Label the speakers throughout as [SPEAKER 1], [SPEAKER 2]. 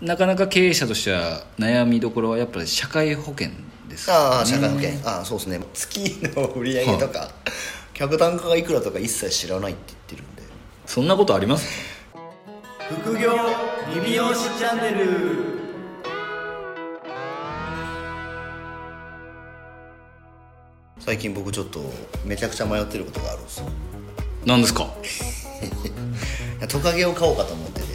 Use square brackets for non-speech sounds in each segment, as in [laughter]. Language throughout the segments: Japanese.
[SPEAKER 1] なかなか経営者としては悩みどころはやっぱり社会保険ですか
[SPEAKER 2] ああ社会保険ああそうですね月の売り上げとか、客単価がいくらとか一切知らないって言ってるんで
[SPEAKER 1] そんなことあります
[SPEAKER 2] 副業リビオシチャンネル最近僕ちょっとめちゃくちゃ迷ってることがあるんですよ
[SPEAKER 1] なんですか
[SPEAKER 2] いやトカゲを飼おうかと思ってて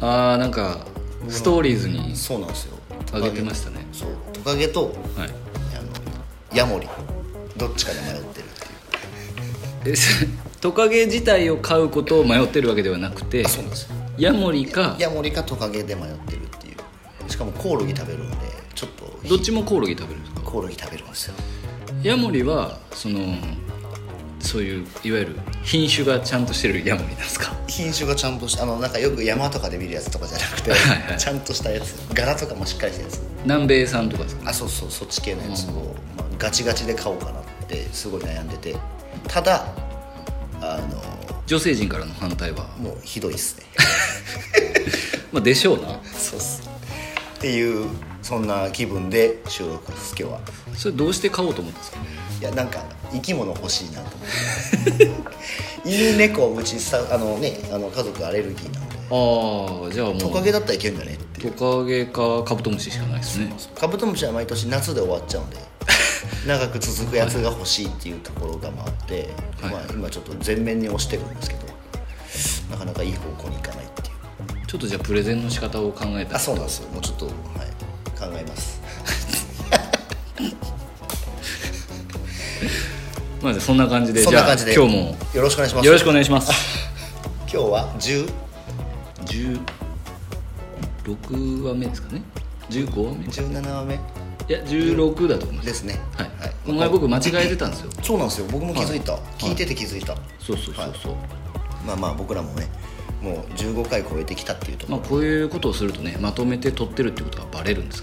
[SPEAKER 1] ああなんかストーリーズに
[SPEAKER 2] そうなんですよ
[SPEAKER 1] あげてましたね
[SPEAKER 2] そうトカゲと
[SPEAKER 1] はい
[SPEAKER 2] あのヤモリどっちかで迷ってるっていう
[SPEAKER 1] えそトカゲ自体を飼うことを迷ってるわけではなくて
[SPEAKER 2] そうなんですよ
[SPEAKER 1] ヤモリか
[SPEAKER 2] ヤモリかトカゲで迷ってるっていうしかもコオロギ食べるんでちょっと
[SPEAKER 1] どっちもコオロギ食べるんですか
[SPEAKER 2] コオロギ食べるんですよ
[SPEAKER 1] ヤモリはそのそういういわゆる品種がちゃんとしてるヤモリなんですか
[SPEAKER 2] 品種がちゃんとしたあのなんかよく山とかで見るやつとかじゃなくて
[SPEAKER 1] はいはい
[SPEAKER 2] ちゃんとしたやつ柄とかもしっかりしたやつ
[SPEAKER 1] 南米産とかですか
[SPEAKER 2] あそうそうそっち系のやつを、まあ、ガチガチで買おうかなってすごい悩んでてただあの
[SPEAKER 1] 女性陣からの反対は
[SPEAKER 2] もうひどいっすね
[SPEAKER 1] [laughs] まあでしょうな
[SPEAKER 2] そうっすっていうそんな気分で収録です今日は
[SPEAKER 1] それどうして買おうと思ったんですか
[SPEAKER 2] いやなんか生き物欲しいなと思って犬猫うちさあのねあの家族アレルギーなんで
[SPEAKER 1] ああじゃあもう
[SPEAKER 2] トカゲだったらいけんだねっていう
[SPEAKER 1] トカゲかカブトムシしかないですね
[SPEAKER 2] カブトムシは毎年夏で終わっ
[SPEAKER 1] [laughs]
[SPEAKER 2] ちゃうんで長く続くやつが欲しいっていうところがまああって、
[SPEAKER 1] はい
[SPEAKER 2] まあ、今ちょっと全面に押してるんですけどなかなかいい方向に行かないっていう
[SPEAKER 1] ちょっとじゃあプレゼンの仕方を考えた
[SPEAKER 2] あ
[SPEAKER 1] ら
[SPEAKER 2] そうなんですよもうちょっと、はい、考えます
[SPEAKER 1] まあじゃあそんな感じで
[SPEAKER 2] そんな感じで
[SPEAKER 1] じゃあ今日も
[SPEAKER 2] よろしくお願いします
[SPEAKER 1] よろしくお願いします
[SPEAKER 2] 今日は10
[SPEAKER 1] 16話目ですかね15話目い
[SPEAKER 2] 17話目
[SPEAKER 1] や16だと思います
[SPEAKER 2] ですね
[SPEAKER 1] はい、この前僕間違えてたんですよ
[SPEAKER 2] そうなんですよ僕も気づいた、
[SPEAKER 1] はい
[SPEAKER 2] 聞いてて気づいた、
[SPEAKER 1] そうそうそうそう、
[SPEAKER 2] まあまあ僕らもねもう15回超えてきたっていうとこ
[SPEAKER 1] まあ、こういうことをするとねまとめて撮ってるってことがバレるんです
[SPEAKER 2] [laughs]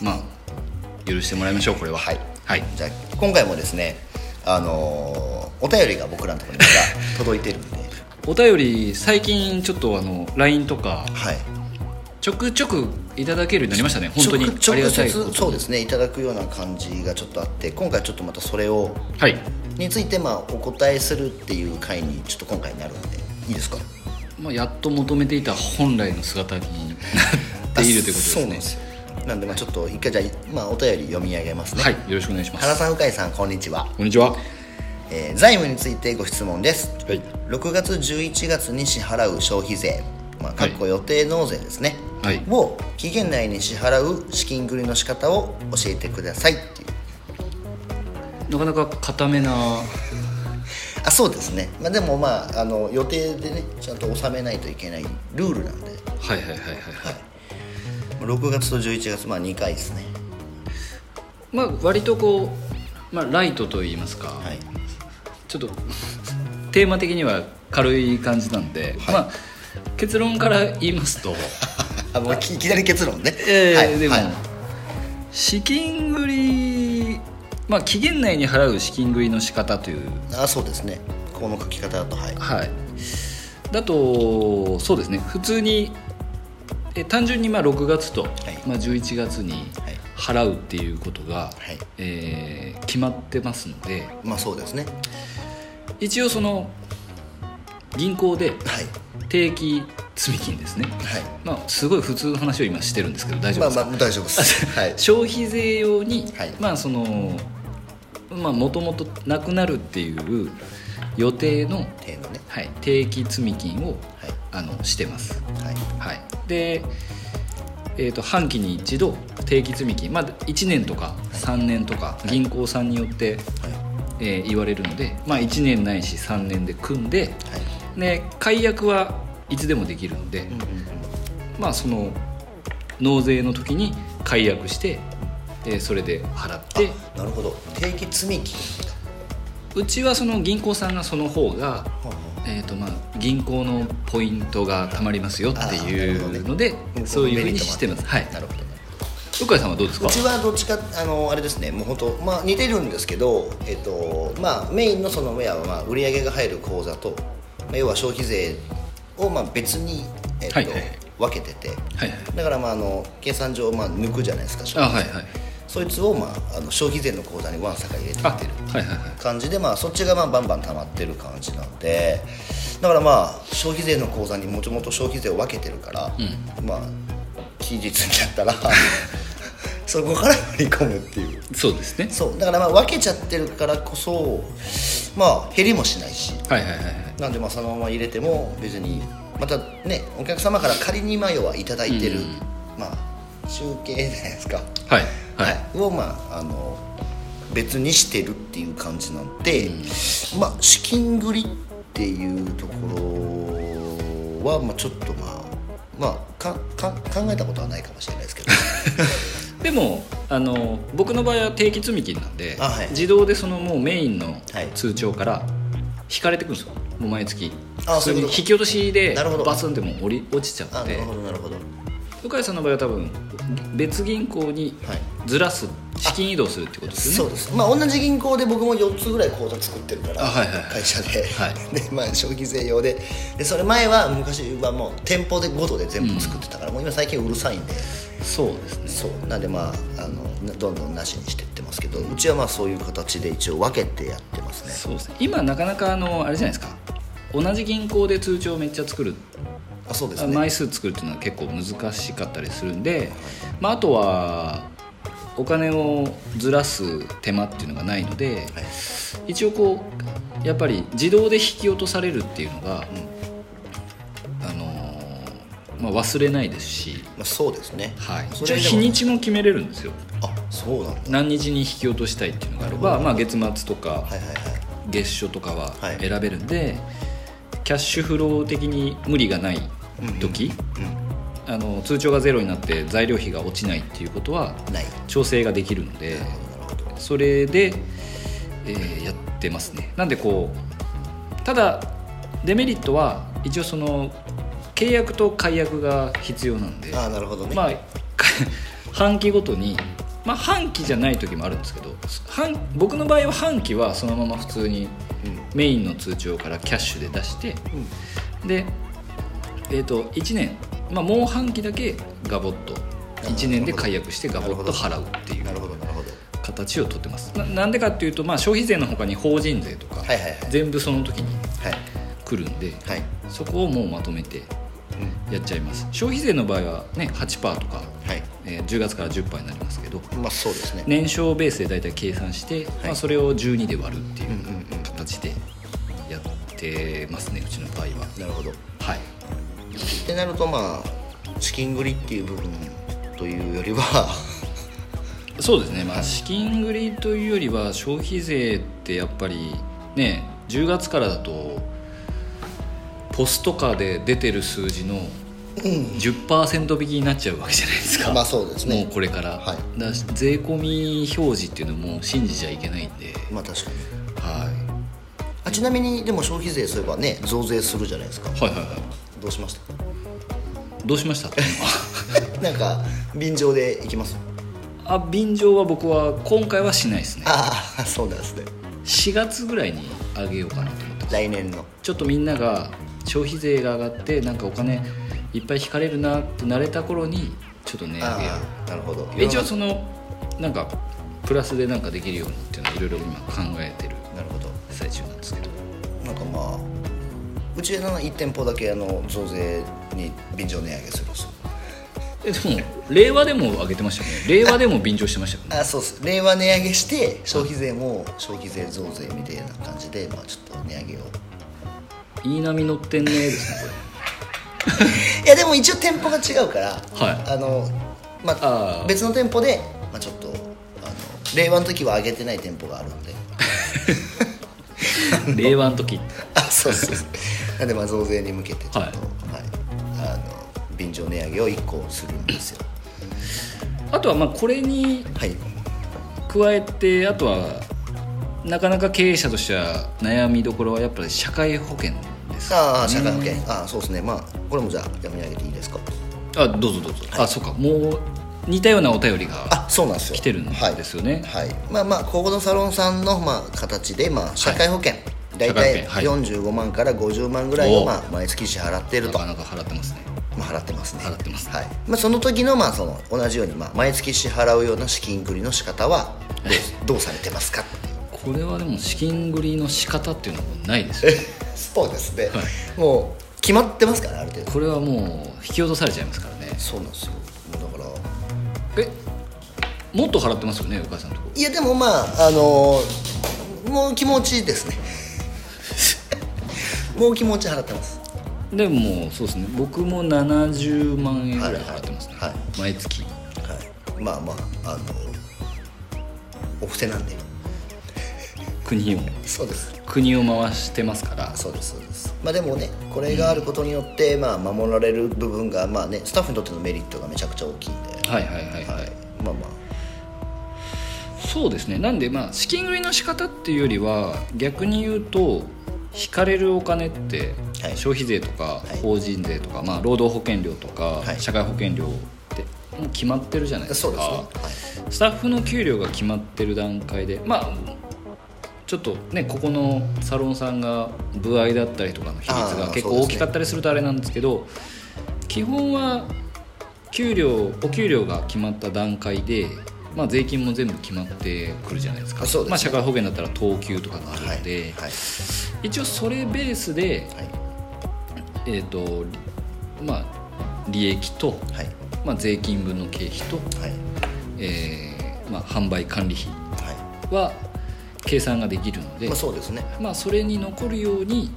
[SPEAKER 1] けどまあ許してもらいましょうこれははい、はい、
[SPEAKER 2] じゃあ今回もですねあのーお便りが僕らのところ
[SPEAKER 1] [laughs]
[SPEAKER 2] にまた届いてるんで
[SPEAKER 1] お便り最近ちょっとあの LINE とか
[SPEAKER 2] はい
[SPEAKER 1] ちょくちょくいただけるようになりましたね本当に
[SPEAKER 2] 直
[SPEAKER 1] ありがたいこ
[SPEAKER 2] 直
[SPEAKER 1] と
[SPEAKER 2] 接そうですねいただくような感じがちょっとあって今回ちょっとまたそれを
[SPEAKER 1] はい
[SPEAKER 2] についてまあお答えするっていう回にちょっと今回なるんでいいですか
[SPEAKER 1] まあ、やっと求めていた本来の姿になっているということですね
[SPEAKER 2] そうなんですよなんでまあちょっと一回じゃあ、まあ、お便り読み上げますね、
[SPEAKER 1] はいよろしくお願いします
[SPEAKER 2] 原さん向井さんこんにちは
[SPEAKER 1] こんにちは
[SPEAKER 2] えー財務についてご質問です、
[SPEAKER 1] はい
[SPEAKER 2] 6月11月に支払う消費税、まあ、
[SPEAKER 1] は
[SPEAKER 2] か
[SPEAKER 1] い
[SPEAKER 2] っこ予定納税ですね、
[SPEAKER 1] はい
[SPEAKER 2] を期限内に支払う資金繰りの仕方を教えてくださいってい
[SPEAKER 1] な
[SPEAKER 2] う
[SPEAKER 1] かなか固めな
[SPEAKER 2] あそうですね、まあ、でもまああの予定でねちゃんと納めないといけないルールなんで
[SPEAKER 1] はいはいはいはいはい
[SPEAKER 2] 6月と11月まあ2回ですね
[SPEAKER 1] まあ割とこう、まあ、ライトといいますか、
[SPEAKER 2] はい
[SPEAKER 1] ちょっとテーマ的には軽い感じなんで、まあ結論から言いますと
[SPEAKER 2] あもうきいきなり結論ね
[SPEAKER 1] [laughs] えー
[SPEAKER 2] はい
[SPEAKER 1] でも、
[SPEAKER 2] はい
[SPEAKER 1] 資金繰りまあ期限内に払う資金繰りの仕方という
[SPEAKER 2] あそうですねこの書き方だとはい
[SPEAKER 1] はいだとそうですね普通にえ単純にまあ6月と、
[SPEAKER 2] い
[SPEAKER 1] まあ、11月に
[SPEAKER 2] はい
[SPEAKER 1] 払うっていうことが、
[SPEAKER 2] はい
[SPEAKER 1] えー決まってますので
[SPEAKER 2] まあそうですね
[SPEAKER 1] 一応その銀行で
[SPEAKER 2] はい
[SPEAKER 1] 定期積み金ですね、
[SPEAKER 2] はい
[SPEAKER 1] まあ、すごい普通の話を今してるんですけど大丈夫
[SPEAKER 2] まあ
[SPEAKER 1] ですか、
[SPEAKER 2] まあ大丈夫です
[SPEAKER 1] [laughs]
[SPEAKER 2] はい
[SPEAKER 1] 消費税用に、
[SPEAKER 2] はい
[SPEAKER 1] まあそのまあもともとなくなるっていう予定の、
[SPEAKER 2] 程度ね
[SPEAKER 1] はい、定期積み金を
[SPEAKER 2] はい
[SPEAKER 1] あのしてます、
[SPEAKER 2] はい
[SPEAKER 1] はい、で、えー、と半期に一度定期積み金、まあ、1年とか3年とか銀行さんによって、
[SPEAKER 2] は
[SPEAKER 1] えー言われるので、まあ、1年ないし3年で組んで
[SPEAKER 2] いはい
[SPEAKER 1] で解約はいつでもできるので、
[SPEAKER 2] うんうんうん
[SPEAKER 1] まあその納税の時に解約して、えーそれで払って
[SPEAKER 2] あなるほど定期積み金
[SPEAKER 1] うちはその銀行さんがその方が、えーとまあ、銀行のポイントがたまりますよってい
[SPEAKER 2] あーなる
[SPEAKER 1] う
[SPEAKER 2] ほど
[SPEAKER 1] の
[SPEAKER 2] ね
[SPEAKER 1] で、そういうふうにしてますはい
[SPEAKER 2] なるほど
[SPEAKER 1] 鵜飼さんはどうですか
[SPEAKER 2] うちはどっちかあのあれですねもう本当まあ似てるんですけどえっとまあメインのそのウェアはまあ売り上げが入る口座と、まあ、要は消費税をまあ別にえっと、
[SPEAKER 1] はいはいはい
[SPEAKER 2] 分けてて
[SPEAKER 1] はいはい
[SPEAKER 2] だからまああの計算上まあ抜くじゃないですか
[SPEAKER 1] あ
[SPEAKER 2] 消
[SPEAKER 1] は
[SPEAKER 2] 費税
[SPEAKER 1] いはい
[SPEAKER 2] そいつを、まあ、あの消費税の口座にわんさか入れて
[SPEAKER 1] あ
[SPEAKER 2] っ
[SPEAKER 1] は
[SPEAKER 2] て
[SPEAKER 1] い
[SPEAKER 2] る
[SPEAKER 1] はいはい
[SPEAKER 2] 感じで、まあ、そっちがまあバンバン溜まってる感じなのでだからまあ消費税の口座にもともと消費税を分けてるから、まあ期日になったら [laughs] そこから振り込むっていう
[SPEAKER 1] そうですね
[SPEAKER 2] そうだからまあ分けちゃってるからこそまあ減りもしないし
[SPEAKER 1] はいはいはいはい
[SPEAKER 2] なんでまあそのまま入れても別にまたねお客様から仮にまあ要はいただいてる、
[SPEAKER 1] うん
[SPEAKER 2] まあ集計じゃないですか
[SPEAKER 1] はいは
[SPEAKER 2] はいい、をまああの別にしてるっていう感じなので、まあ資金繰りっていうところは、まあ、ちょっとまあまあかか考えたことはないかもしれないですけど
[SPEAKER 1] でもあの僕の場合は定期積み金なんで、
[SPEAKER 2] あはい
[SPEAKER 1] 自動でそのもうメインの
[SPEAKER 2] はい
[SPEAKER 1] 通帳から引かれてくるんですよもう毎月
[SPEAKER 2] あ
[SPEAKER 1] 普通に
[SPEAKER 2] そういうことか
[SPEAKER 1] 引き落としで
[SPEAKER 2] なるほど
[SPEAKER 1] バスンってもう降り落ちちゃ
[SPEAKER 2] あ
[SPEAKER 1] っ
[SPEAKER 2] な
[SPEAKER 1] て
[SPEAKER 2] るほどなるほど
[SPEAKER 1] 向井さんの場合は多分別銀行に
[SPEAKER 2] はい
[SPEAKER 1] ずらす資金移動するってことです
[SPEAKER 2] そ
[SPEAKER 1] よ
[SPEAKER 2] う
[SPEAKER 1] ね
[SPEAKER 2] ですまあ同じ銀行で僕も4つぐらい口座作ってるから、
[SPEAKER 1] あはいはいはい
[SPEAKER 2] 会社で,、
[SPEAKER 1] はい
[SPEAKER 2] [laughs] でまあ、消費税用ででそれ前は昔はもう店舗でごとで全部作ってたから、もう今最近うるさいんで
[SPEAKER 1] そうですね
[SPEAKER 2] そうなんでまああのどんどんなしにしてってますけどうちはまあそういう形で一応分けてやってますね
[SPEAKER 1] そうですね今なかなかあのあれじゃないですか同じ銀行で通帳をめっちゃ作る
[SPEAKER 2] あそうですね
[SPEAKER 1] 枚数作るっていうのは結構難しかったりするんで、まあ、あとはお金をずらす手間っていうのがないので、
[SPEAKER 2] はい
[SPEAKER 1] 一応こうやっぱり自動で引き落とされるっていうのが、あのーまあ、忘れないですし、
[SPEAKER 2] まあ、そうですね
[SPEAKER 1] はい、
[SPEAKER 2] そ
[SPEAKER 1] 一応
[SPEAKER 2] れでも
[SPEAKER 1] 日にちも決めれるんですよ
[SPEAKER 2] あそうなんだ
[SPEAKER 1] 何日に引き落としたいっていうのがあれば、まあ、月末とか
[SPEAKER 2] はいはいはい
[SPEAKER 1] 月初とかは
[SPEAKER 2] はい
[SPEAKER 1] 選べるんで、キャッシュフロー的に無理がない時、あの通帳がゼロになって材料費が落ちないっていうことは
[SPEAKER 2] ない
[SPEAKER 1] 調整ができるのでそれで、えーやってますねなんでこうただデメリットは一応その契約と解約が必要なんで
[SPEAKER 2] ああなるほどね、
[SPEAKER 1] まあか半期ごとにまあ半期じゃない時もあるんですけど半僕の場合は半期はそのまま普通にメインの通帳からキャッシュで出して、で、えー、と1年、まあ、もう半期だけガボッと1年で解約してガボッと払うっていう
[SPEAKER 2] なるほどなるほど
[SPEAKER 1] 形をとってますななんでかっていうと、まあ、消費税のほかに法人税とか、
[SPEAKER 2] はいはいはい
[SPEAKER 1] 全部その時に
[SPEAKER 2] はい
[SPEAKER 1] 来るんで
[SPEAKER 2] はい
[SPEAKER 1] そこをもうまとめてやっちゃいます消費税の場合はね8%とか
[SPEAKER 2] はい
[SPEAKER 1] えー10月から10%になりますけど
[SPEAKER 2] まあそうですね
[SPEAKER 1] 年商ベースで大体計算して、まあ、それを12で割るっていう形でやってますねうちの場合は
[SPEAKER 2] なるほど
[SPEAKER 1] はい
[SPEAKER 2] ってなるとまあ資金繰りっていう部分というよりは
[SPEAKER 1] そうですねまあ資金繰りというよりは消費税ってやっぱりね10月からだとポストかで出てる数字の10%引きになっちゃうわけじゃないですか
[SPEAKER 2] まあそうですね
[SPEAKER 1] もうこれから,、
[SPEAKER 2] はい
[SPEAKER 1] だし税込み表示っていうのも信じちゃいけないんで、
[SPEAKER 2] まあ確かに
[SPEAKER 1] は
[SPEAKER 2] あちなみにでも消費税そういえばね増税するじゃないですか
[SPEAKER 1] い、はいはいはい
[SPEAKER 2] どうしました
[SPEAKER 1] どうしました [laughs]
[SPEAKER 2] なんか便乗で行きます
[SPEAKER 1] あ便乗は僕は今回はしないですね
[SPEAKER 2] ああそうなんですね
[SPEAKER 1] 4月ぐらいに上げようかなと思って
[SPEAKER 2] 来年の
[SPEAKER 1] ちょっとみんなが消費税が上がってなんかお金いっぱい引かれるなって慣れた頃にちょっと値上げを
[SPEAKER 2] ああなるほど
[SPEAKER 1] で一応そのなんかプラスでなんかできるようにっていうのはいろいろ今考えてる
[SPEAKER 2] なるほど
[SPEAKER 1] 最中なんですけど
[SPEAKER 2] なんかまあうちの1店舗だけあの増税に便乗値上げするんですよ
[SPEAKER 1] えでも令和でも上げてましたよね令和でも便乗してましたよね
[SPEAKER 2] あそうっす令和値上げして消費税も消費税増税みたいな感じでまあちょっと値上げを
[SPEAKER 1] いい波乗ってんねですねこ
[SPEAKER 2] いやでも一応店舗が違うから、
[SPEAKER 1] はい
[SPEAKER 2] あのまあ
[SPEAKER 1] あー
[SPEAKER 2] 別の店舗で、まあ、ちょっとあの令和の時は上げてない店舗があるんで
[SPEAKER 1] れ令和の時
[SPEAKER 2] あそうそうそうなんでまあ増税に向けてちょっと、はいあの便乗値上げを1個するんですよ
[SPEAKER 1] あとはまあこれに
[SPEAKER 2] はい
[SPEAKER 1] 加えてあとはなかなか経営者としては悩みどころはやっぱり社会保険です
[SPEAKER 2] ああ社会保険ああそうですねまあこれもじゃあ読み上げていいですか
[SPEAKER 1] あどうぞどうぞ、あそうかもう似たようなお便りが
[SPEAKER 2] あそうなんですよ
[SPEAKER 1] 来てるんですよね
[SPEAKER 2] はい、はい、まあまあ高校のサロンさんのまあ形でまあ社会保険、大
[SPEAKER 1] 社会
[SPEAKER 2] 体
[SPEAKER 1] 保険はい
[SPEAKER 2] 45万から50万ぐらいを
[SPEAKER 1] お
[SPEAKER 2] まあ毎月支払ってる
[SPEAKER 1] な
[SPEAKER 2] と
[SPEAKER 1] かなか払ってますね
[SPEAKER 2] まあ、払ってますね
[SPEAKER 1] 払ってます
[SPEAKER 2] はいまあ、その時のまあその同じようにまあ毎月支払うような資金繰りの仕方はどうどうされてますかっていう
[SPEAKER 1] これはでも資金繰りの仕方っていうのはもうないですよ
[SPEAKER 2] [laughs] そうですね、もう決まってますからある程度
[SPEAKER 1] これはもう引き落とされちゃいますからね
[SPEAKER 2] そうなんですよもうだから
[SPEAKER 1] えもっと払ってますよねお母さんのとこ
[SPEAKER 2] いやでもまああのもう気持ちいいですね [laughs] もう気持ち払ってます
[SPEAKER 1] でももうそうですね僕も70万円ぐらい
[SPEAKER 2] はいはい
[SPEAKER 1] 払ってますね、
[SPEAKER 2] はい
[SPEAKER 1] 毎月
[SPEAKER 2] はいまあまああのお布施なんで
[SPEAKER 1] 国を
[SPEAKER 2] そうです
[SPEAKER 1] 国を回してますから
[SPEAKER 2] そうですそうですまあでもねこれがあることによって、まあ守られる部分がまあねスタッフにとってのメリットがめちゃくちゃ大きいんでは
[SPEAKER 1] はいはいはいはい、
[SPEAKER 2] まあまあ
[SPEAKER 1] そうですねなんでまあ資金繰りの仕方っていうよりは逆に言うと引かれるお金って
[SPEAKER 2] はい
[SPEAKER 1] 消費税とか
[SPEAKER 2] い
[SPEAKER 1] 法人税とか、まあ、労働保険料とか
[SPEAKER 2] はい
[SPEAKER 1] 社会保険料ってもう決まってるじゃないです
[SPEAKER 2] そ
[SPEAKER 1] か
[SPEAKER 2] うですね、はい、
[SPEAKER 1] スタッフの給料が決まってる段階でまあちょっとねここのサロンさんが歩合だったりとかの比率
[SPEAKER 2] あ
[SPEAKER 1] が
[SPEAKER 2] ー
[SPEAKER 1] 結
[SPEAKER 2] そう
[SPEAKER 1] 構大
[SPEAKER 2] ですね
[SPEAKER 1] きかったりするとあれなんですけど基本は給料お給料が決まった段階で、まあ、税金も全部決まってくるじゃないですか
[SPEAKER 2] あそうですね
[SPEAKER 1] まあ、社会保険だったら等級とかがあ
[SPEAKER 2] は
[SPEAKER 1] る
[SPEAKER 2] い
[SPEAKER 1] ので、
[SPEAKER 2] はい
[SPEAKER 1] 一応それベースで、
[SPEAKER 2] はい
[SPEAKER 1] えーとまあ、利益と、
[SPEAKER 2] はい
[SPEAKER 1] まあ、税金分の経費と、
[SPEAKER 2] はい
[SPEAKER 1] えーまあ、販売管理費
[SPEAKER 2] は
[SPEAKER 1] は計算ができるの
[SPEAKER 2] い
[SPEAKER 1] で、ま
[SPEAKER 2] まあそうですね
[SPEAKER 1] あ、それに残るように、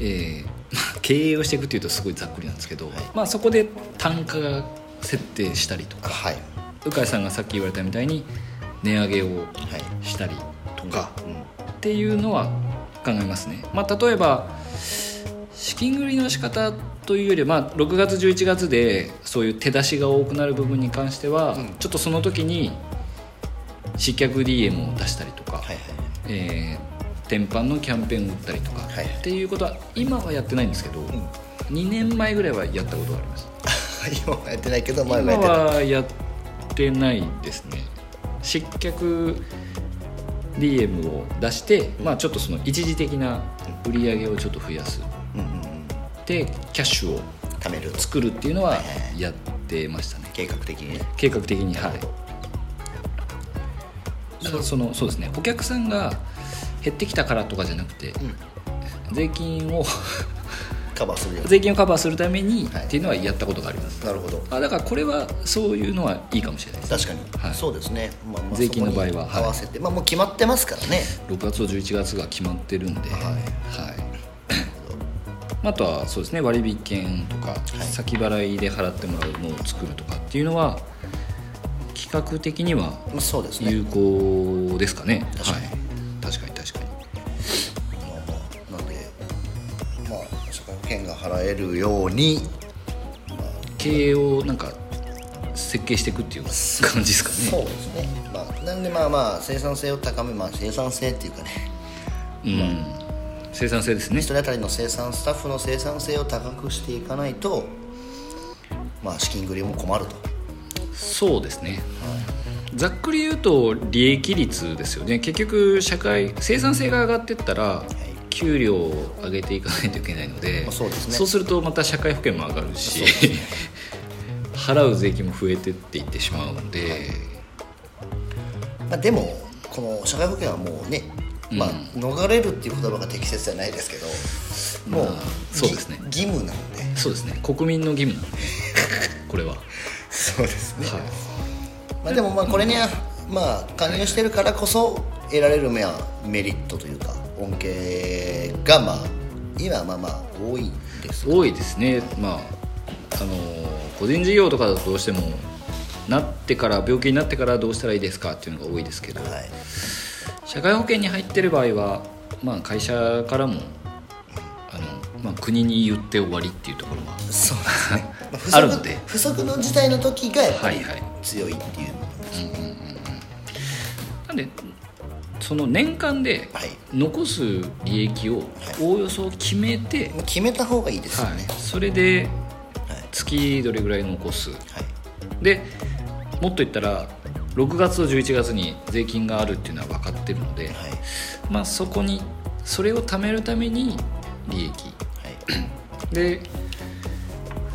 [SPEAKER 1] えーまあ、経営をしていくっていうとすごいざっくりなんですけど、まあ、そこで単価が設定したりとか
[SPEAKER 2] はいは
[SPEAKER 1] 鵜飼さんがさっき言われたみたいに値上げを
[SPEAKER 2] い
[SPEAKER 1] したりとか
[SPEAKER 2] うん
[SPEAKER 1] っていうのは考えますね、まあ、例えば資金繰りの仕方というよりは、まあ、6月11月でそういう手出しが多くなる部分に関しては、
[SPEAKER 2] ん
[SPEAKER 1] ちょっとその時に失脚 DM を出したりとか、
[SPEAKER 2] はいはい
[SPEAKER 1] えー天板のキャンペーンを打ったりとか、
[SPEAKER 2] はい
[SPEAKER 1] っていうことは今はやってないんですけど、
[SPEAKER 2] ん
[SPEAKER 1] 2年前ぐらいはやったことがあります
[SPEAKER 2] 今はやってない [laughs] けど前
[SPEAKER 1] 今
[SPEAKER 2] はやってた
[SPEAKER 1] はやってないですね失脚 DM を出して、まあちょっとその一時的な売り上げをちょっと増やす
[SPEAKER 2] うんうんうん
[SPEAKER 1] でキャッシュを
[SPEAKER 2] 貯める
[SPEAKER 1] 作るっていうのはやってましたね
[SPEAKER 2] 計画的にね
[SPEAKER 1] 計画的にはいだからそのそうですねお客さんが減ってきたからとかじゃなくて、税金を [laughs]
[SPEAKER 2] カバーするように
[SPEAKER 1] 税金をカバーするために
[SPEAKER 2] はい
[SPEAKER 1] っていうのはやったことがあります、
[SPEAKER 2] なるほど
[SPEAKER 1] あだからこれはそういうのはいいかもしれないです
[SPEAKER 2] 確かに、
[SPEAKER 1] はい
[SPEAKER 2] そうですね、まあまあ
[SPEAKER 1] 税金の場合は
[SPEAKER 2] そこに
[SPEAKER 1] はい
[SPEAKER 2] 合わせて、まあもう決まってますからね
[SPEAKER 1] 6月と11月が決まってるんで、はい [coughs] あとはそうですね割引券とか、先払いで払ってもらうのを作るとかっていうのは企画的には
[SPEAKER 2] まあそうですね、
[SPEAKER 1] 有効ですかね
[SPEAKER 2] 確かに
[SPEAKER 1] はい、確かに確かに
[SPEAKER 2] まあまあなんでまあ社会保険が払えるように
[SPEAKER 1] 経営をなんか設計していくっていう感じですかね
[SPEAKER 2] そうですねまあなんでまあまあ生産性を高めまあ生産性っていうかね
[SPEAKER 1] うん生産性ですね
[SPEAKER 2] 一人当たりの生産スタッフの生産性を高くしていかないとまあ資金繰りも困ると
[SPEAKER 1] そうですね、ざっくり言うと利益率ですよね結局社会生産性が上がってったら給料を上げていかないといけないので,、
[SPEAKER 2] まあそうですね
[SPEAKER 1] するとまた社会保険も上がるし、払う税金も増えてっていってしまうので、
[SPEAKER 2] まあ、でもこの社会保険はもうね、まあ、逃れるっていう言葉が適切じゃないですけどもう、
[SPEAKER 1] まあそうですね
[SPEAKER 2] ぎ義務なん
[SPEAKER 1] [laughs]
[SPEAKER 2] で
[SPEAKER 1] そうですね国民の義務なんでこ
[SPEAKER 2] [laughs]
[SPEAKER 1] れは、は
[SPEAKER 2] そうですね、
[SPEAKER 1] い、
[SPEAKER 2] まあ、でもまあこれには、まあ、加入してるからこそ得られるまあメリットというか恩恵がまあ今はまあまあ多いんです
[SPEAKER 1] 多いですねまああのー個人事業とかだとどうしてもなってから病気になってからどうしたらいいですかっていうのが多いですけど、
[SPEAKER 2] はい
[SPEAKER 1] 社会保険に入ってる場合は、まあ、会社からもあの、まあ、国に言って終わりっていうところは
[SPEAKER 2] そうですねま
[SPEAKER 1] [laughs]
[SPEAKER 2] 不
[SPEAKER 1] あるので
[SPEAKER 2] 足不足の時代の時がやっぱり
[SPEAKER 1] はいはい
[SPEAKER 2] 強いっていうのが
[SPEAKER 1] なんでその年間で
[SPEAKER 2] はい
[SPEAKER 1] 残す利益をおおよそ決めて、
[SPEAKER 2] もう決めた方がいいですよ
[SPEAKER 1] はい
[SPEAKER 2] ね、
[SPEAKER 1] それで
[SPEAKER 2] はい
[SPEAKER 1] 月どれぐらい残す
[SPEAKER 2] はい
[SPEAKER 1] でもっと言ったら6月と11月に税金があるっていうのは分かってるので、
[SPEAKER 2] はい
[SPEAKER 1] まあ、そこにそれを貯めるために利益
[SPEAKER 2] はい
[SPEAKER 1] で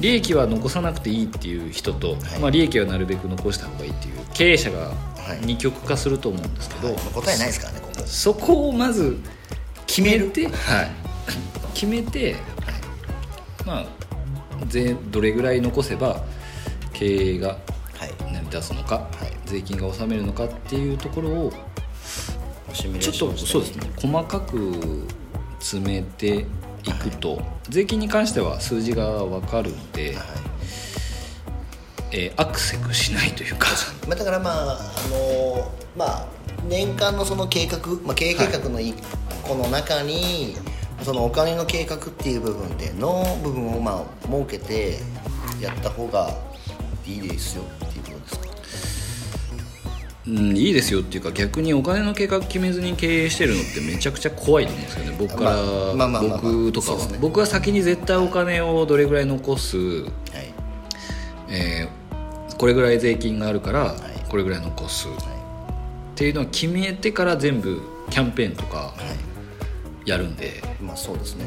[SPEAKER 1] 利益は残さなくていいっていう人と、
[SPEAKER 2] はい
[SPEAKER 1] まあ、利益はなるべく残した方がいいっていう経営者が
[SPEAKER 2] い
[SPEAKER 1] 二極化すると思うんですけど、
[SPEAKER 2] はい答えないですからねここ
[SPEAKER 1] そこをまず決めて
[SPEAKER 2] はい
[SPEAKER 1] 決めて、まあ、税どれぐらい残せば経営が
[SPEAKER 2] はい
[SPEAKER 1] 成り立つのか、
[SPEAKER 2] はい
[SPEAKER 1] 税金が納めるのかっていうところを
[SPEAKER 2] シミュレ
[SPEAKER 1] ち
[SPEAKER 2] ー
[SPEAKER 1] ょっ
[SPEAKER 2] ション
[SPEAKER 1] と
[SPEAKER 2] して
[SPEAKER 1] そうですね細かく詰めていくと、税金に関しては数字が分かるので、
[SPEAKER 2] はい
[SPEAKER 1] えーアクセクしないというか [laughs]
[SPEAKER 2] まあ、だからまああのまあ年間のその計画、まあ、経営計画の一個の中に、そのお金の計画っていう部分での部分をまあ設けてやった方がいいですよっていうことですか
[SPEAKER 1] うん、いいですよっていうか逆にお金の計画決めずに経営してるのってめちゃくちゃ怖いと思うんですよね僕から、
[SPEAKER 2] まあまあまあまあ
[SPEAKER 1] 僕とかは、
[SPEAKER 2] そうですね
[SPEAKER 1] 僕は先に絶対お金をどれぐらい残す、
[SPEAKER 2] はい
[SPEAKER 1] えーこれぐらい税金があるから、
[SPEAKER 2] い
[SPEAKER 1] これぐらい残すっ
[SPEAKER 2] は
[SPEAKER 1] ていうのを決めてから全部キャンペーンとか
[SPEAKER 2] いは
[SPEAKER 1] やるんで
[SPEAKER 2] いまあそうですね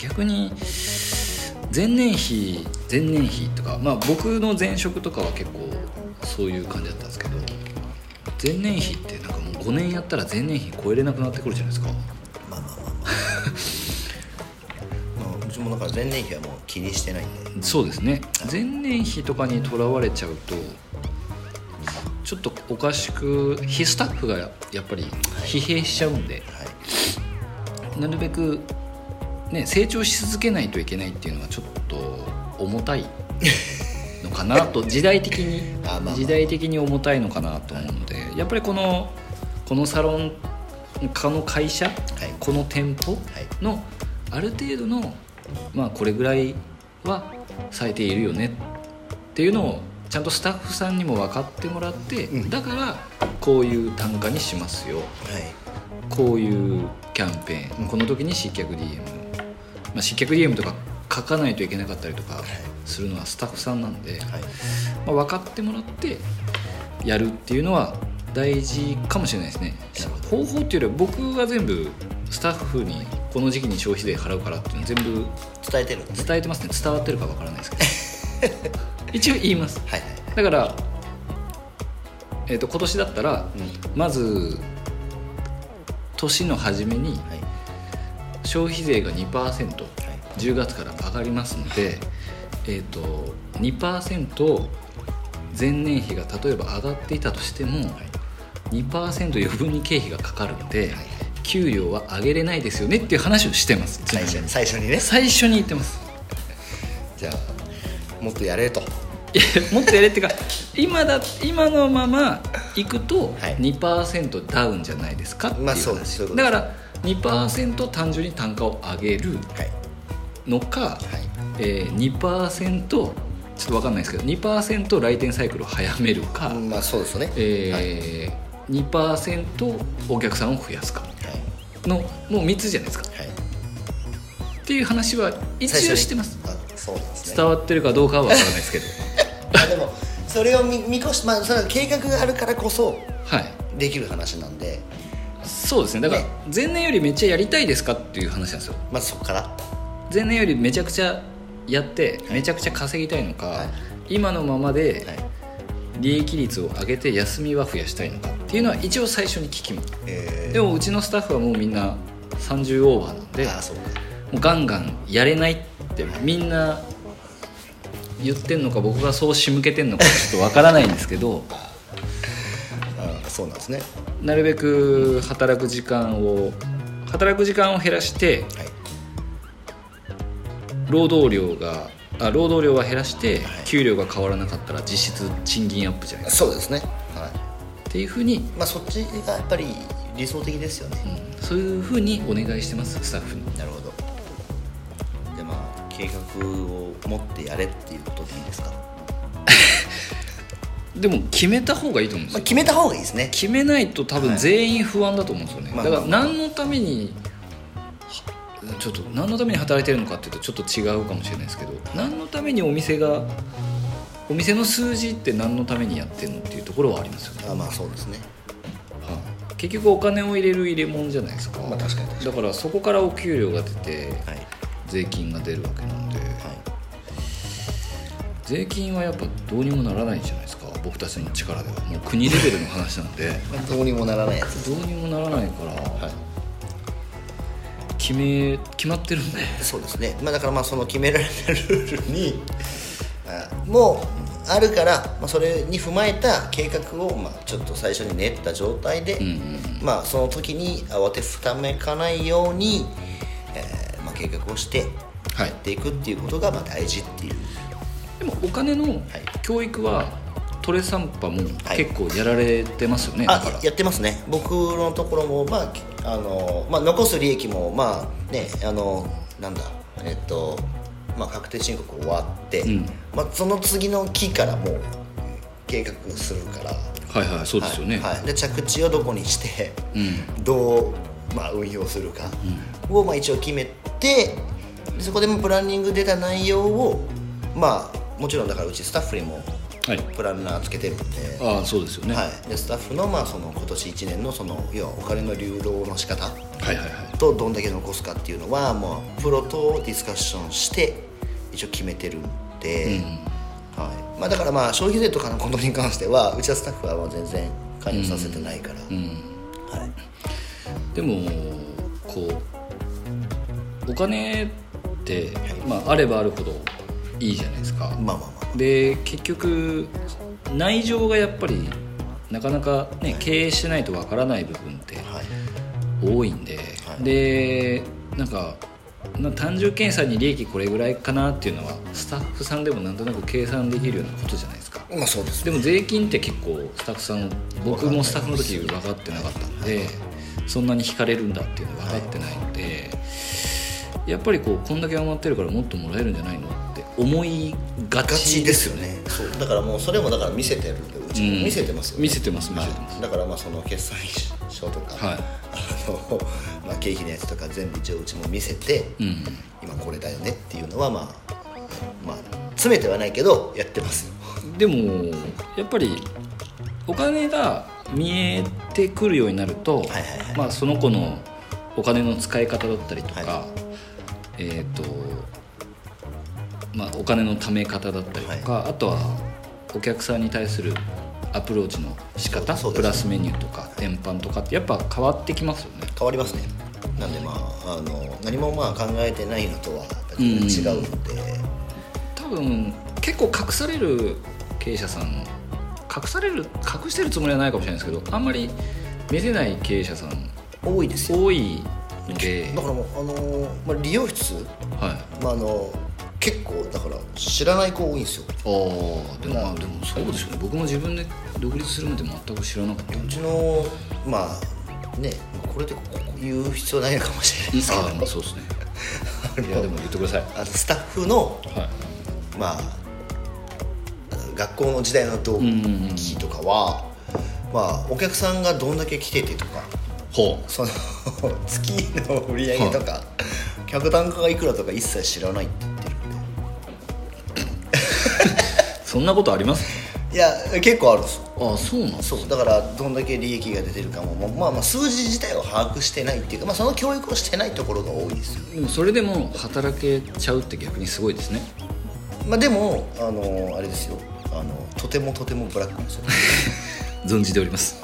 [SPEAKER 1] 逆に前年比前年比とか、まあ、僕の前職とかは結構そういう感じだったんですけど前年比ってなんかもう5年やったら前年比超えれなくなってくるじゃないですか
[SPEAKER 2] まあまあまあまあまあうちもだから前年比はもう気にしてないんで
[SPEAKER 1] そうですね前年比とかにとらわれちゃうとちょっとおかしく非スタッフがやっぱり疲弊しちゃうんで
[SPEAKER 2] はい
[SPEAKER 1] なるべく、ね、成長し続けないといけないっていうのはちょっと重たいのかな
[SPEAKER 2] [laughs]
[SPEAKER 1] と時代的に
[SPEAKER 2] あまあまあ
[SPEAKER 1] 時代的に重たいのかなと思うのでやっぱりこのこのサロンこの会社、この店舗のある程度の、まあ、これぐらいは咲いているよねっていうのをちゃんとスタッフさんにも分かってもらって、だからこういう単価にしますよ
[SPEAKER 2] はい
[SPEAKER 1] こういうキャンペーン、この時に失脚 DM、まあ、失脚 DM とか書かないといけなかったりとかするのはスタッフさんなんで、
[SPEAKER 2] はい
[SPEAKER 1] まあ、分かってもらってやるっていうのは大事かもしれないですね
[SPEAKER 2] なるほど
[SPEAKER 1] 方法っていうよりは僕が全部スタッフにこの時期に消費税払うからっていうの全部
[SPEAKER 2] 伝えてるんですね
[SPEAKER 1] 伝えてますね伝わってるか分からないですけど
[SPEAKER 2] [laughs]
[SPEAKER 1] 一応言います
[SPEAKER 2] はいはい
[SPEAKER 1] だから、えー、と今年だったら、まず年の初めに
[SPEAKER 2] はい
[SPEAKER 1] 消費税が 2%10
[SPEAKER 2] はい
[SPEAKER 1] 月から上がりますので、えー、と2%前年比が例えば上がっていたとしても、2%余分に経費がかかるので、給料は上げれないですよねっていう話をしてます
[SPEAKER 2] 最初に最初にね
[SPEAKER 1] 最初に言ってます
[SPEAKER 2] じゃあもっとやれと
[SPEAKER 1] いや [laughs] もっとやれっていうか今だ今のままいくと
[SPEAKER 2] はい
[SPEAKER 1] 2%ダウンじゃないですかっていう話、
[SPEAKER 2] まあそうですそういうこと
[SPEAKER 1] だ
[SPEAKER 2] で
[SPEAKER 1] か
[SPEAKER 2] す
[SPEAKER 1] ら2%単純に単価を上げる
[SPEAKER 2] はい
[SPEAKER 1] のか、えー、2%ちょっと分かんないですけど2%来店サイクルを早めるか、
[SPEAKER 2] まあそうですよねはい
[SPEAKER 1] えー2%お客さんを増やすか
[SPEAKER 2] は
[SPEAKER 1] のもう3つじゃないですか
[SPEAKER 2] いはい
[SPEAKER 1] っていう話は一
[SPEAKER 2] 最初
[SPEAKER 1] 応
[SPEAKER 2] に
[SPEAKER 1] してます
[SPEAKER 2] あそうなんですね
[SPEAKER 1] 伝わってるかどうかは分からないですけど
[SPEAKER 2] あでもそれを見見越しまあそれは計画があるからこそ
[SPEAKER 1] はい
[SPEAKER 2] できる話なんで
[SPEAKER 1] そうですねだから
[SPEAKER 2] ね
[SPEAKER 1] 前年よりめっちゃやりたいですかっていう話なんですよ
[SPEAKER 2] まずそこから
[SPEAKER 1] 前年よりめちゃくちゃやってめちゃくちゃ稼ぎたいのか、
[SPEAKER 2] はい
[SPEAKER 1] 今のままで
[SPEAKER 2] はい
[SPEAKER 1] 利益率を上げて休みは増やしたいのかっていうのは一応最初に聞きます
[SPEAKER 2] え
[SPEAKER 1] でもうちのスタッフはもうみんな30オーバーなんで
[SPEAKER 2] ーあそうか
[SPEAKER 1] もうガンガンやれないってみんな言ってんのか僕がそう仕向けてんのかちょっとわからないんですけ
[SPEAKER 2] [laughs]
[SPEAKER 1] ど
[SPEAKER 2] あそうなんですね
[SPEAKER 1] なるべく働く時間を働く時間を減らして
[SPEAKER 2] はい
[SPEAKER 1] 労働量があ労働量は減らして
[SPEAKER 2] はい
[SPEAKER 1] 給料が変わらなかったら実質賃金アップじゃないですか
[SPEAKER 2] そうですねは
[SPEAKER 1] っていうふうに、
[SPEAKER 2] いまあそっちがやっぱり理想的ですよね
[SPEAKER 1] うんそういうふうにお願いしてますスタッフに
[SPEAKER 2] なるほどでまあ計画を持ってやれっていうことでいいですか、
[SPEAKER 1] でも決めた方がいいと思うんです
[SPEAKER 2] まあ、
[SPEAKER 1] よ
[SPEAKER 2] 決めた方がいいですね
[SPEAKER 1] 決めないと多分全員不安だと思うんですよね、
[SPEAKER 2] まあ
[SPEAKER 1] だから何のためにはちょっと何のために働いてるのかっていうとちょっと違うかもしれないですけど何のためにお店がお店の数字って何のためにやってるのっていうところはありますよね、
[SPEAKER 2] あまあそうですね
[SPEAKER 1] はい結局お金を入れる入れ物じゃないですか,、
[SPEAKER 2] まあ確かに確か
[SPEAKER 1] だからそこからお給料が出て
[SPEAKER 2] はい
[SPEAKER 1] 税金が出るわけなので
[SPEAKER 2] はい
[SPEAKER 1] 税金はやっぱどうにもならないんじゃないですか僕たちの力ではもう国レベルの話なんで
[SPEAKER 2] まあ、どうにもならないやつ
[SPEAKER 1] どうにもならないから、
[SPEAKER 2] はい
[SPEAKER 1] 決め決まってるんで
[SPEAKER 2] そうですね、まあ、だからまあその決められたルールにあもうあるから、まあ、それに踏まえた計画をまあちょっと最初に練った状態で、まあ、その時に慌てふためかないように、えーまあ、計画をして
[SPEAKER 1] はい
[SPEAKER 2] やっていくっていうことがまあ大事っていう、
[SPEAKER 1] でもお金の教育は、トレサンパも結構やられてますよね、だから
[SPEAKER 2] あやってますね僕のところも、まあきあのまあ、残す利益もまあねあのなんだえっと、まあ、確定申告終わって、
[SPEAKER 1] ん
[SPEAKER 2] まあ、その次の期からもう計画するから
[SPEAKER 1] はいはいそうですよね、
[SPEAKER 2] はいはい、で着地をどこにして、
[SPEAKER 1] う
[SPEAKER 2] どう、まあ、運用するかを、まあ、一応決めてでそこでもプランニング出た内容をまあもちろんだからうちスタッフにも
[SPEAKER 1] はい
[SPEAKER 2] プランナーつけてるんで、
[SPEAKER 1] ああそうですよね、は
[SPEAKER 2] はい、でスタッフのまあその今年1年のその要はお金の流動の仕方
[SPEAKER 1] い、はいはい
[SPEAKER 2] とどんだけ残すかっていうのはもうプロとディスカッションして一応決めてるんで、はいまあ、だからまあ消費税とかのことに関してはうちはスタッフはまあ全然関与させてないから、はい、
[SPEAKER 1] でもこうお金って、まあ、あればあるほどいいじゃないですか、
[SPEAKER 2] まあまあまあ
[SPEAKER 1] で結局内情がやっぱりなかなかね経営してないとわからない部分って
[SPEAKER 2] はい
[SPEAKER 1] 多いんで、
[SPEAKER 2] はい
[SPEAKER 1] でなんかな単純計算に利益これぐらいかなっていうのはスタッフさんでもなんとなく計算できるようなことじゃないですか
[SPEAKER 2] まあそうですね
[SPEAKER 1] でも税金って結構スタッフさん僕もスタッフの時分かってなかったんでそんなに引かれるんだっていうの分かってないのでやっぱりこうこんだけ余ってるからもっともらえるんじゃないのって思いが
[SPEAKER 2] ガ
[SPEAKER 1] ち
[SPEAKER 2] チ
[SPEAKER 1] で
[SPEAKER 2] ですすよねそうだからもうそれもだから見せてるんでうちも見せてますよね、
[SPEAKER 1] 見せてます見せてます
[SPEAKER 2] はい、だからまあその決算書とか、
[SPEAKER 1] はい
[SPEAKER 2] あの [laughs] まあ経費のやつとか全部一応うちも見せて、
[SPEAKER 1] うん
[SPEAKER 2] 今これだよねっていうのはまあまあ詰めてはないけどやってますよ
[SPEAKER 1] でもやっぱりお金が見えてくるようになると、
[SPEAKER 2] はいはいは
[SPEAKER 1] まあ、その子のお金の使い方だったりとか、
[SPEAKER 2] は
[SPEAKER 1] えっ、と、まあ、お金のため方だったりとか、あとはお客さんに対するアプローチの仕方、
[SPEAKER 2] そうそ
[SPEAKER 1] プ
[SPEAKER 2] うですね
[SPEAKER 1] ラスメニューとか天板とかってやっぱ変わってきますよね。
[SPEAKER 2] 変わりますねなんでまああの何もまあ考えてないのとはやっぱり違うので、
[SPEAKER 1] 多分結構隠される経営者さんの隠される隠してるつもりはないかもしれないですけどあんまり見せない経営者さん
[SPEAKER 2] 多いですよ
[SPEAKER 1] 多いので
[SPEAKER 2] だ、からもうあの、まあ、理容室、
[SPEAKER 1] は
[SPEAKER 2] まあ、あの結構だから知らない子多いんですよ
[SPEAKER 1] い、ああでもまあでもそうですよね僕も自分で独立するまで全く知らなかった
[SPEAKER 2] うちのまあねまあこれでここ言う必要ないのかもしれないですけど
[SPEAKER 1] ああまあそうですね
[SPEAKER 2] [laughs]
[SPEAKER 1] い [laughs] やでも言ってください
[SPEAKER 2] あのスタッフの
[SPEAKER 1] はい
[SPEAKER 2] まあ学校の時代の同期とかは、まあ、お客さんがどんだけ来ててとか
[SPEAKER 1] ほ
[SPEAKER 2] その [laughs] 月の売り上げとか、客単価がいくらとか一切知らないって言ってる
[SPEAKER 1] うそんなことあります
[SPEAKER 2] いや結構あるんですよ
[SPEAKER 1] ああそうなんです
[SPEAKER 2] そうだからどんだけ利益が出てるかも、もうまあ、まあ数字自体を把握してないっていうか、まあ、その教育をしてないところが多いですよ
[SPEAKER 1] でもそれでも働けちゃうって逆にすごいですね
[SPEAKER 2] まあ、でもあのあれですよあのとてもとてもブラックなんですよ
[SPEAKER 1] 存じております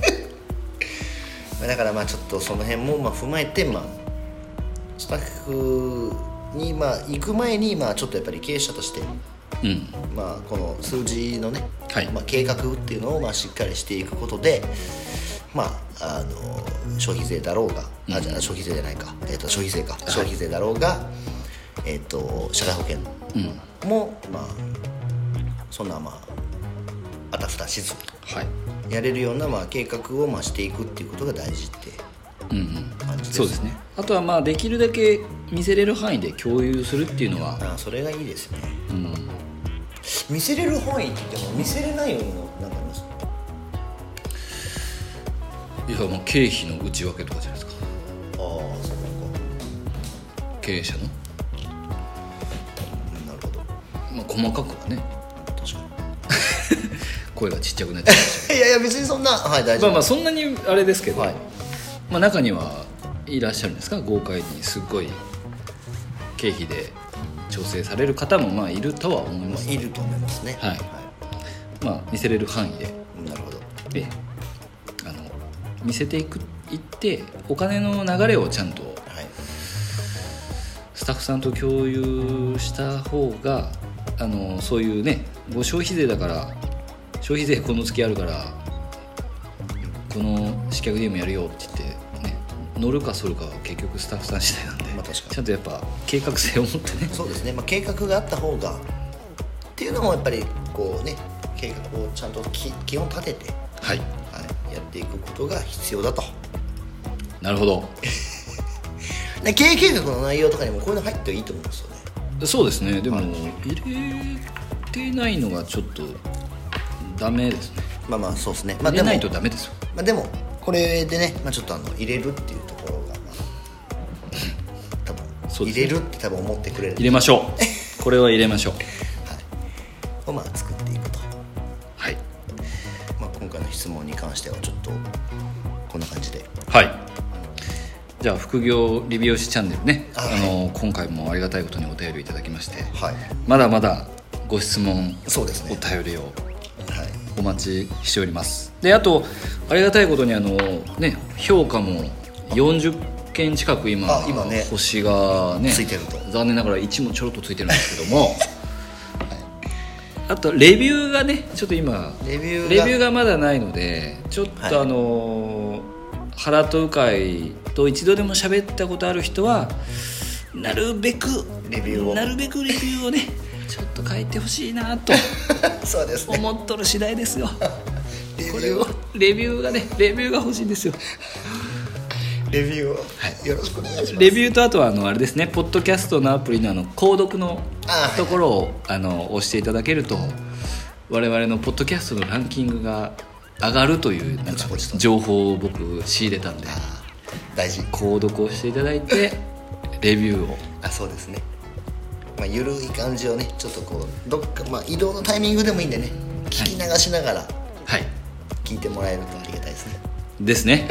[SPEAKER 2] まあだからまあちょっとその辺もまあ踏まえて、まあ、スタッフにまあ行く前にまあちょっとやっぱり経営者として、
[SPEAKER 1] うん
[SPEAKER 2] まあ、この数字のね、
[SPEAKER 1] はい
[SPEAKER 2] まあ、計画っていうのをまあしっかりしていくことで、まあ、あの消費税だろうが、あじゃあ消費税じゃないか、えっと消費税か消費税だろうが、えっと社会保険も、まあ、そんなまああたふたしず
[SPEAKER 1] はい
[SPEAKER 2] やれるようなまあ計画をまあしていくっていうことが大事って
[SPEAKER 1] うんうん
[SPEAKER 2] 感じです
[SPEAKER 1] そうですねあとはまあできるだけ見せれる範囲で共有するっていうのは
[SPEAKER 2] あそれがいいですね、見せれる範囲って言っても見せれないようななんかあります
[SPEAKER 1] いやもう経費の内訳とかじゃないですか
[SPEAKER 2] ああそう
[SPEAKER 1] 経営者の、
[SPEAKER 2] かなる
[SPEAKER 1] [laughs]
[SPEAKER 2] ほど
[SPEAKER 1] まあ、細かくはね
[SPEAKER 2] 確か
[SPEAKER 1] [laughs] 声がちっちゃくなっちゃう
[SPEAKER 2] にいやいや別にそんなはい大丈
[SPEAKER 1] [laughs] ま
[SPEAKER 2] 夫、
[SPEAKER 1] あまあそんなにあれですけど、
[SPEAKER 2] はい
[SPEAKER 1] まあ、中にはいらっしゃるんですか豪快にすっごい経費で調整される方もまあいるとは思いま、
[SPEAKER 2] ますあ、いると思いますね
[SPEAKER 1] はいまあ、見せれる範囲で
[SPEAKER 2] なるほど
[SPEAKER 1] であの見せていくいってお金の流れをちゃんと
[SPEAKER 2] はい
[SPEAKER 1] スタッフさんと共有した方があのそういうねご消費税だから消費税この月あるからこの試客ゲームやるよって言って、ね、乗るかそるかは結局スタッフさん次第なんで、
[SPEAKER 2] まあ確かに
[SPEAKER 1] ちゃんとやっぱ計画性を持ってね
[SPEAKER 2] そうですね、まあ、計画があった方がっていうのもやっぱりこうね計画をちゃんとき基本立てて、
[SPEAKER 1] はい
[SPEAKER 2] はい、やっていくことが必要だと
[SPEAKER 1] なるほど
[SPEAKER 2] で経営計画の内容とかにもこういうの入っていいと思うんですよね
[SPEAKER 1] そうですねでも入れてないのがちょっとダメですね
[SPEAKER 2] まあまあそうですねまあ
[SPEAKER 1] 入
[SPEAKER 2] で
[SPEAKER 1] れ
[SPEAKER 2] も
[SPEAKER 1] ないとダメですよ
[SPEAKER 2] まあ、でもこれでね、まあ、ちょっとあの入れるっていうところが、まあ、多
[SPEAKER 1] そうです
[SPEAKER 2] 分、入
[SPEAKER 1] ね
[SPEAKER 2] れるって多分思ってくれる
[SPEAKER 1] 入れましょ
[SPEAKER 2] [laughs]
[SPEAKER 1] うこれは入れましょう
[SPEAKER 2] をまあ作っていくと、
[SPEAKER 1] はい
[SPEAKER 2] まあ、今回の質問に関してはちょっとこんな感じで
[SPEAKER 1] はいじゃあ副業理美容師チャンネルね
[SPEAKER 2] あ
[SPEAKER 1] あの今回もありがたいことにお便りいただきまして
[SPEAKER 2] はい
[SPEAKER 1] まだまだご質問
[SPEAKER 2] そうですね
[SPEAKER 1] お便りを
[SPEAKER 2] はい
[SPEAKER 1] お待ちしておりますであとありがたいことにあのね評価も40件近く今
[SPEAKER 2] あ今ね
[SPEAKER 1] 星がね
[SPEAKER 2] ついてると
[SPEAKER 1] 残念ながら1もちょろっとついてるんですけども、 [laughs] はいあとレビューがねちょっと今
[SPEAKER 2] レビューが
[SPEAKER 1] レビューがまだないのでちょっとあのー原と鵜飼と一度でも喋ったことある人はなるべく
[SPEAKER 2] レビューを
[SPEAKER 1] なるべくレビューをねちょっと書いてほしいな
[SPEAKER 2] [laughs]
[SPEAKER 1] と
[SPEAKER 2] そうですね
[SPEAKER 1] 思っとる次第ですよ
[SPEAKER 2] レビ
[SPEAKER 1] [laughs] こ
[SPEAKER 2] ュ
[SPEAKER 1] れ
[SPEAKER 2] ー
[SPEAKER 1] を
[SPEAKER 2] を
[SPEAKER 1] レビューがねレビューが欲しいんですよ
[SPEAKER 2] レビューを、よろしくお願いします
[SPEAKER 1] レビューとあとはあのあれですねポッドキャストのアプリのあの購読の
[SPEAKER 2] あ
[SPEAKER 1] ところをあの押していただけると我々のポッドキャストのランキングが上がるというなんか
[SPEAKER 2] ぼちぼちと
[SPEAKER 1] 情報を僕仕入れたんで
[SPEAKER 2] あー大事
[SPEAKER 1] 購読をしていただいてレビューを
[SPEAKER 2] あそうですねまあゆるい感じをねちょっとこうどっか、まあ、移動のタイミングでもいいんでね聞き流しながら
[SPEAKER 1] はい
[SPEAKER 2] 聞いてもらえるとありがたいですね
[SPEAKER 1] です
[SPEAKER 2] [laughs]
[SPEAKER 1] ね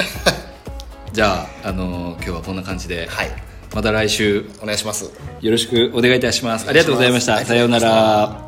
[SPEAKER 1] じゃあ、あの今日はこんな感じで、
[SPEAKER 2] はい
[SPEAKER 1] また来週
[SPEAKER 2] お願いします
[SPEAKER 1] よろしくお願いいたしますありがとうございまし
[SPEAKER 2] お
[SPEAKER 1] た
[SPEAKER 2] 願いします
[SPEAKER 1] さようなら